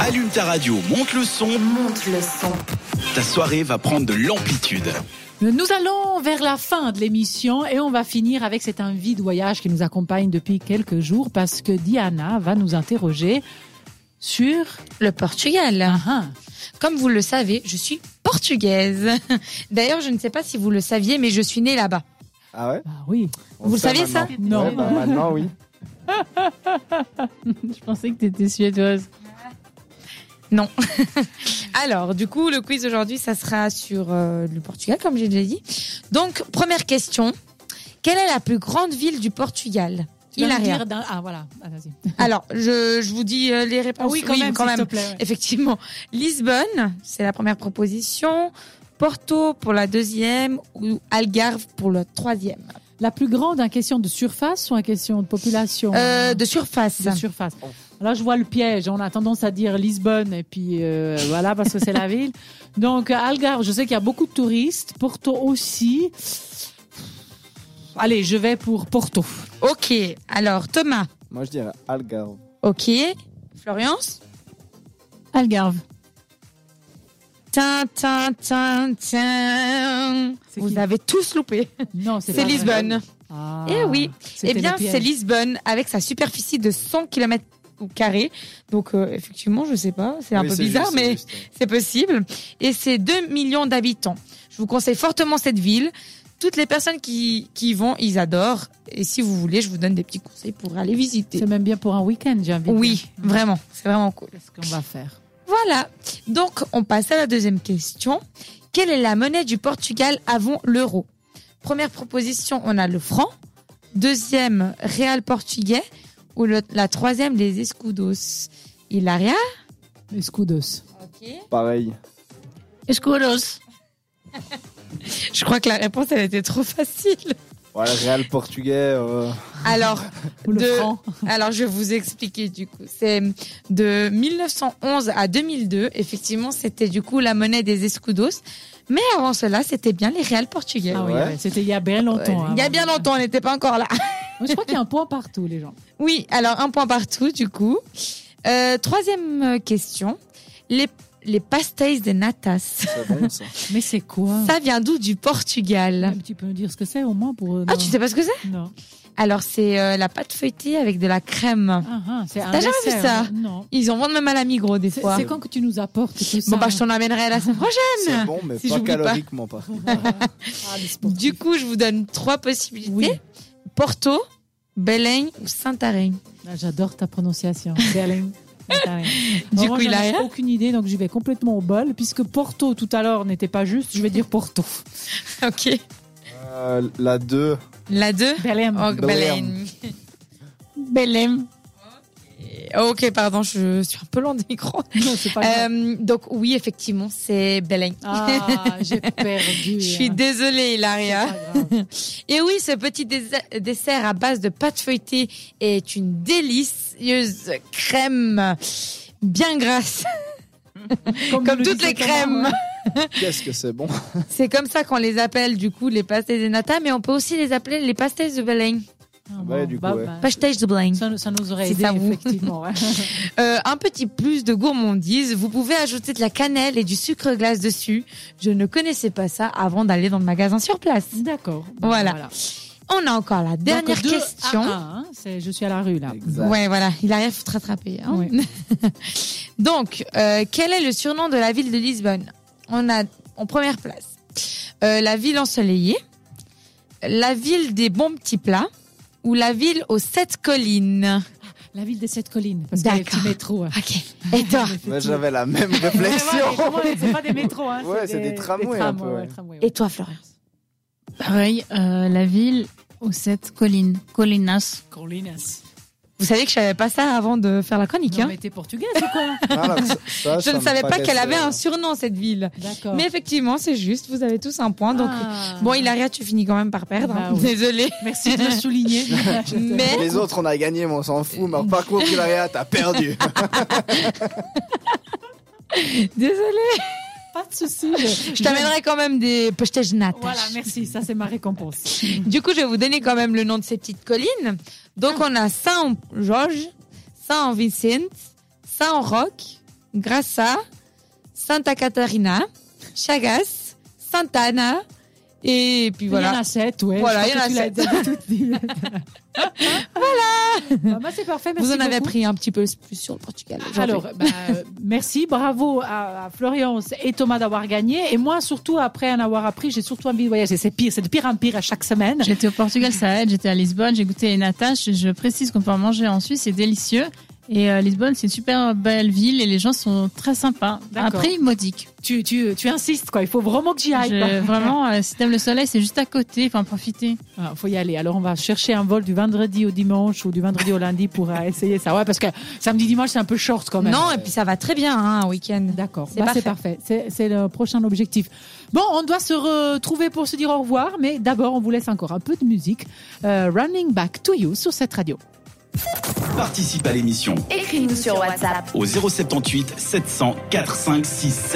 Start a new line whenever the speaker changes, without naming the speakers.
Allume ta radio, monte le son.
Monte le son.
Ta soirée va prendre de l'amplitude.
Nous allons vers la fin de l'émission et on va finir avec cette envie de voyage qui nous accompagne depuis quelques jours parce que Diana va nous interroger sur...
Le Portugal.
Ah,
Comme vous le savez, je suis portugaise. D'ailleurs, je ne sais pas si vous le saviez, mais je suis née là-bas.
Ah ouais
bah oui.
Vous le saviez, ça
Non.
Non. bah, maintenant, oui.
Je pensais que tu étais suédoise.
Alors, du coup, le quiz aujourd'hui, ça sera sur euh, le Portugal, comme j'ai déjà dit. Donc, première question. Quelle est la plus grande ville du Portugal
Tu vas nous
Hilaria.
dire d'un- Ah voilà, Ah, vas-y.
Alors, je, je vous dis euh, les réponses.
Ah, s'il te plaît, ouais.
Effectivement. Lisbonne, c'est la première proposition. Porto pour la deuxième ou Algarve pour la troisième.
La plus grande en question de surface ou en question de population
Euh, de surface.
de surface.
Oh.
Là, je vois le piège. On a tendance à dire Lisbonne, et puis euh, voilà, parce que c'est la ville. Donc, euh, Algarve, je sais qu'il y a beaucoup de touristes. Porto aussi. Allez, je vais pour Porto.
Ok. Alors, Thomas.
Moi, je dirais Algarve.
Ok. Florence.
Algarve.
Tin, tin, tin, tin.
C'est
Vous
qui
avez tous loupé.
Non, c'est
C'est
pas vrai.
Lisbonne.
Ah,
Eh oui.
c'était
Eh bien,
le piège.
c'est Lisbonne avec sa superficie de 100 km au carré. Donc, euh, effectivement, je sais pas. C'est un
Oui,
peu
c'est
bizarre,
juste,
mais.
c'est juste.
c'est possible. Et c'est 2 millions d'habitants. Je vous conseille fortement cette ville. Toutes les personnes qui, qui y vont, ils adorent. Et si vous voulez, je vous donne des petits conseils pour aller visiter.
C'est même bien pour un week-end, j'ai envie de
Oui,
dire.
vraiment. C'est vraiment cool.
Qu'est-ce qu'on va faire
Voilà. Donc, on passe à la deuxième question. Quelle est la monnaie du Portugal avant l'euro Première proposition, on a le franc. Deuxième, réal portugais. Ou le- la troisième, les escudos. Hilaria
Escudos.
Pareil.
Escudos.
Je crois que la réponse, elle était trop facile.
Voilà, Real portugais. euh,
Alors,
Ou le
De-
franc.
Alors, je vais vous expliquer du coup. C'est de 1911 à 2002. Effectivement, c'était du coup la monnaie des escudos. Mais avant cela, c'était bien les réals portugais.
Ah oui,
Ouais.
ouais, c'était il y a bien longtemps.
Il y a
hein.
bien longtemps, on n'était pas encore là.
Moi, je crois qu'il y a un point partout, les gens.
Oui, alors un point partout du coup. Euh, troisième question. Les, les pastéis de
Ah.
natas.
c'est bon, ça.
Mais c'est quoi
Ça vient d'où du Portugal
Tu peux nous dire ce que c'est au moins pour. euh,
Ah, tu sais pas ce que c'est
Non.
Alors, c'est euh, la pâte feuilletée avec de la crème.
Ah, ah, c'est un
T'as jamais vu
dessert.
ça
Non.
Ils en vendent même à la Migros des
C'est
fois.
c'est quand que tu nous apportes tout ça
Bon, bah, je t'en amènerai la semaine prochaine.
C'est bon, mais
Si
pas
j'oublie pas.
caloriquement, pas.
Ah, les sportifs.
Du coup, je vous donne trois possibilités.
Oui.
Porto, Belém ou Santarém.
Ah, J'adore ta prononciation. Berlin.
Du coup, il a
j'ai aucune idée, donc je vais complètement au bol. Puisque Porto tout à l'heure n'était pas juste, je vais dire Porto.
Ok.
Euh, la 2.
La deux.
Berlin.
Oh, Belém. Belém. Ok, pardon, je suis un peu loin des micros.
Non, c'est pas grave.
Euh, donc oui, effectivement, c'est Belém.
Ah, j'ai perdu.
Je suis
hein.
désolée,
C'est
Hilaria.
pas grave.
Et oui, ce petit dés- dessert à base de pâte feuilletée est une délicieuse crème bien grasse, comme
nous le
toutes
disait
les
Thomas,
crèmes.
ouais.
Qu'est-ce que c'est bon
C'est comme ça qu'on les appelle, du coup, les pastéis de nata, mais on peut aussi les appeler les pastéis de Belém.
Ah,
Ouais,
bon,
du coup,
bah,
ouais.
bah,
Pastéis de Belém.
ça, ça nous aurait
C'est
aidé,
à vous.
effectivement. ouais.
Euh, un petit plus de gourmandise. Vous pouvez ajouter de la cannelle et du sucre glace dessus. Je ne connaissais pas ça avant d'aller dans le magasin sur place.
D'accord.
Voilà. On a encore la dernière
Donc, deux à
question.
un, hein. C'est- je suis à la rue, là.
Exact.
Ah, Ouais, voilà. Il arrive, faut te rattraper. hein.
Ouais.
Donc, euh, quel est le surnom de la ville de Lisbonne On a en première place euh, la ville ensoleillée, la ville des bons petits plats ou la ville aux sept collines.
La ville des sept collines, parce qu'il y a le petit
D'accord.
métro. hein.
Ok. Et toi
Ouais, J'avais la même
Ouais, ouais,
réflexion.
mais comment, c'est pas des métros, hein,
Ouais, c'est des tramways, un peu, ouais.
tramways, ouais.
Et toi, Florian
Pareil, euh, la ville aux sept collines. Colinas.
Colinas.
Vous savez que je savais pas ça avant de faire la chronique.
Non,
hein
mais t'es portugaise ou quoi
Voilà, ça- ça,
je
Ah, ça
ne
me
savais pas qu'elle
paraissait- euh,
avait un surnom cette ville.
D'accord.
Mais effectivement, c'est juste. Vous avez tous un point. Donc
Ah.
bon, Hilaria, tu finis quand même par perdre. hein.
Bah oui.
Désolée.
Merci de le souligner.
Mais
Les autres, on a gagné, mais on s'en fout. Mais par contre, Hilaria, t'as perdu.
désolée.
Pas de souci. Je,
Je t'amènerai quand même des pochettes natas.
Voilà, merci. Ça, c'est ma récompense.
Du coup, je vais vous donner quand même le nom de ces petites collines. Donc, on a Saint-Georges, Saint-Vincent, Saint-Roch, Graça, Santa Catarina, Chagas, Santana. Et puis
Il y en
voilà.
a sept, ouais.
Voilà,
Je crois
il y en a
que tu l'as dit toutes. voilà. Bah, c'est parfait.
Vous
merci
en avez
beaucoup.
appris un petit peu plus sur le Portugal. aujourd'hui.
Alors, bah, euh, merci, bravo à, à Florence et Thomas d'avoir gagné. Et moi, surtout, après en avoir appris, j'ai surtout envie de voyager. C'est pire, c'est de pire en pire à chaque semaine.
J'étais au Portugal, ça aide. J'étais à Lisbonne, j'ai goûté les nataches. Je précise qu'on peut en manger en Suisse, c'est délicieux. Et euh, Lisbonne, c'est une super belle ville et les gens sont très sympas. Un
D'accord. Ah,
prix modique.
Tu, tu, tu insistes, quoi. Il faut vraiment que j'y aille. quoi.
Je- vraiment, euh, si t'aimes le soleil, c'est juste à côté. Faut en profiter.
Ah, faut y aller. Alors, on va chercher un vol du vendredi au dimanche ou du vendredi au lundi pour euh, essayer ça. Ouais, parce que samedi, dimanche, c'est un peu short quand même.
Non, et puis ça va très bien, hein, un week-end.
D'accord,
C'est
Bah, c'est parfait. C'est c'est le prochain objectif. Bon, on doit se retrouver pour se dire au revoir, mais d'abord, on vous laisse encore un peu de musique. Euh, running Back to You sur cette radio.
Participe à l'émission
Écris-nous sur WhatsApp.
au 078 700 4567.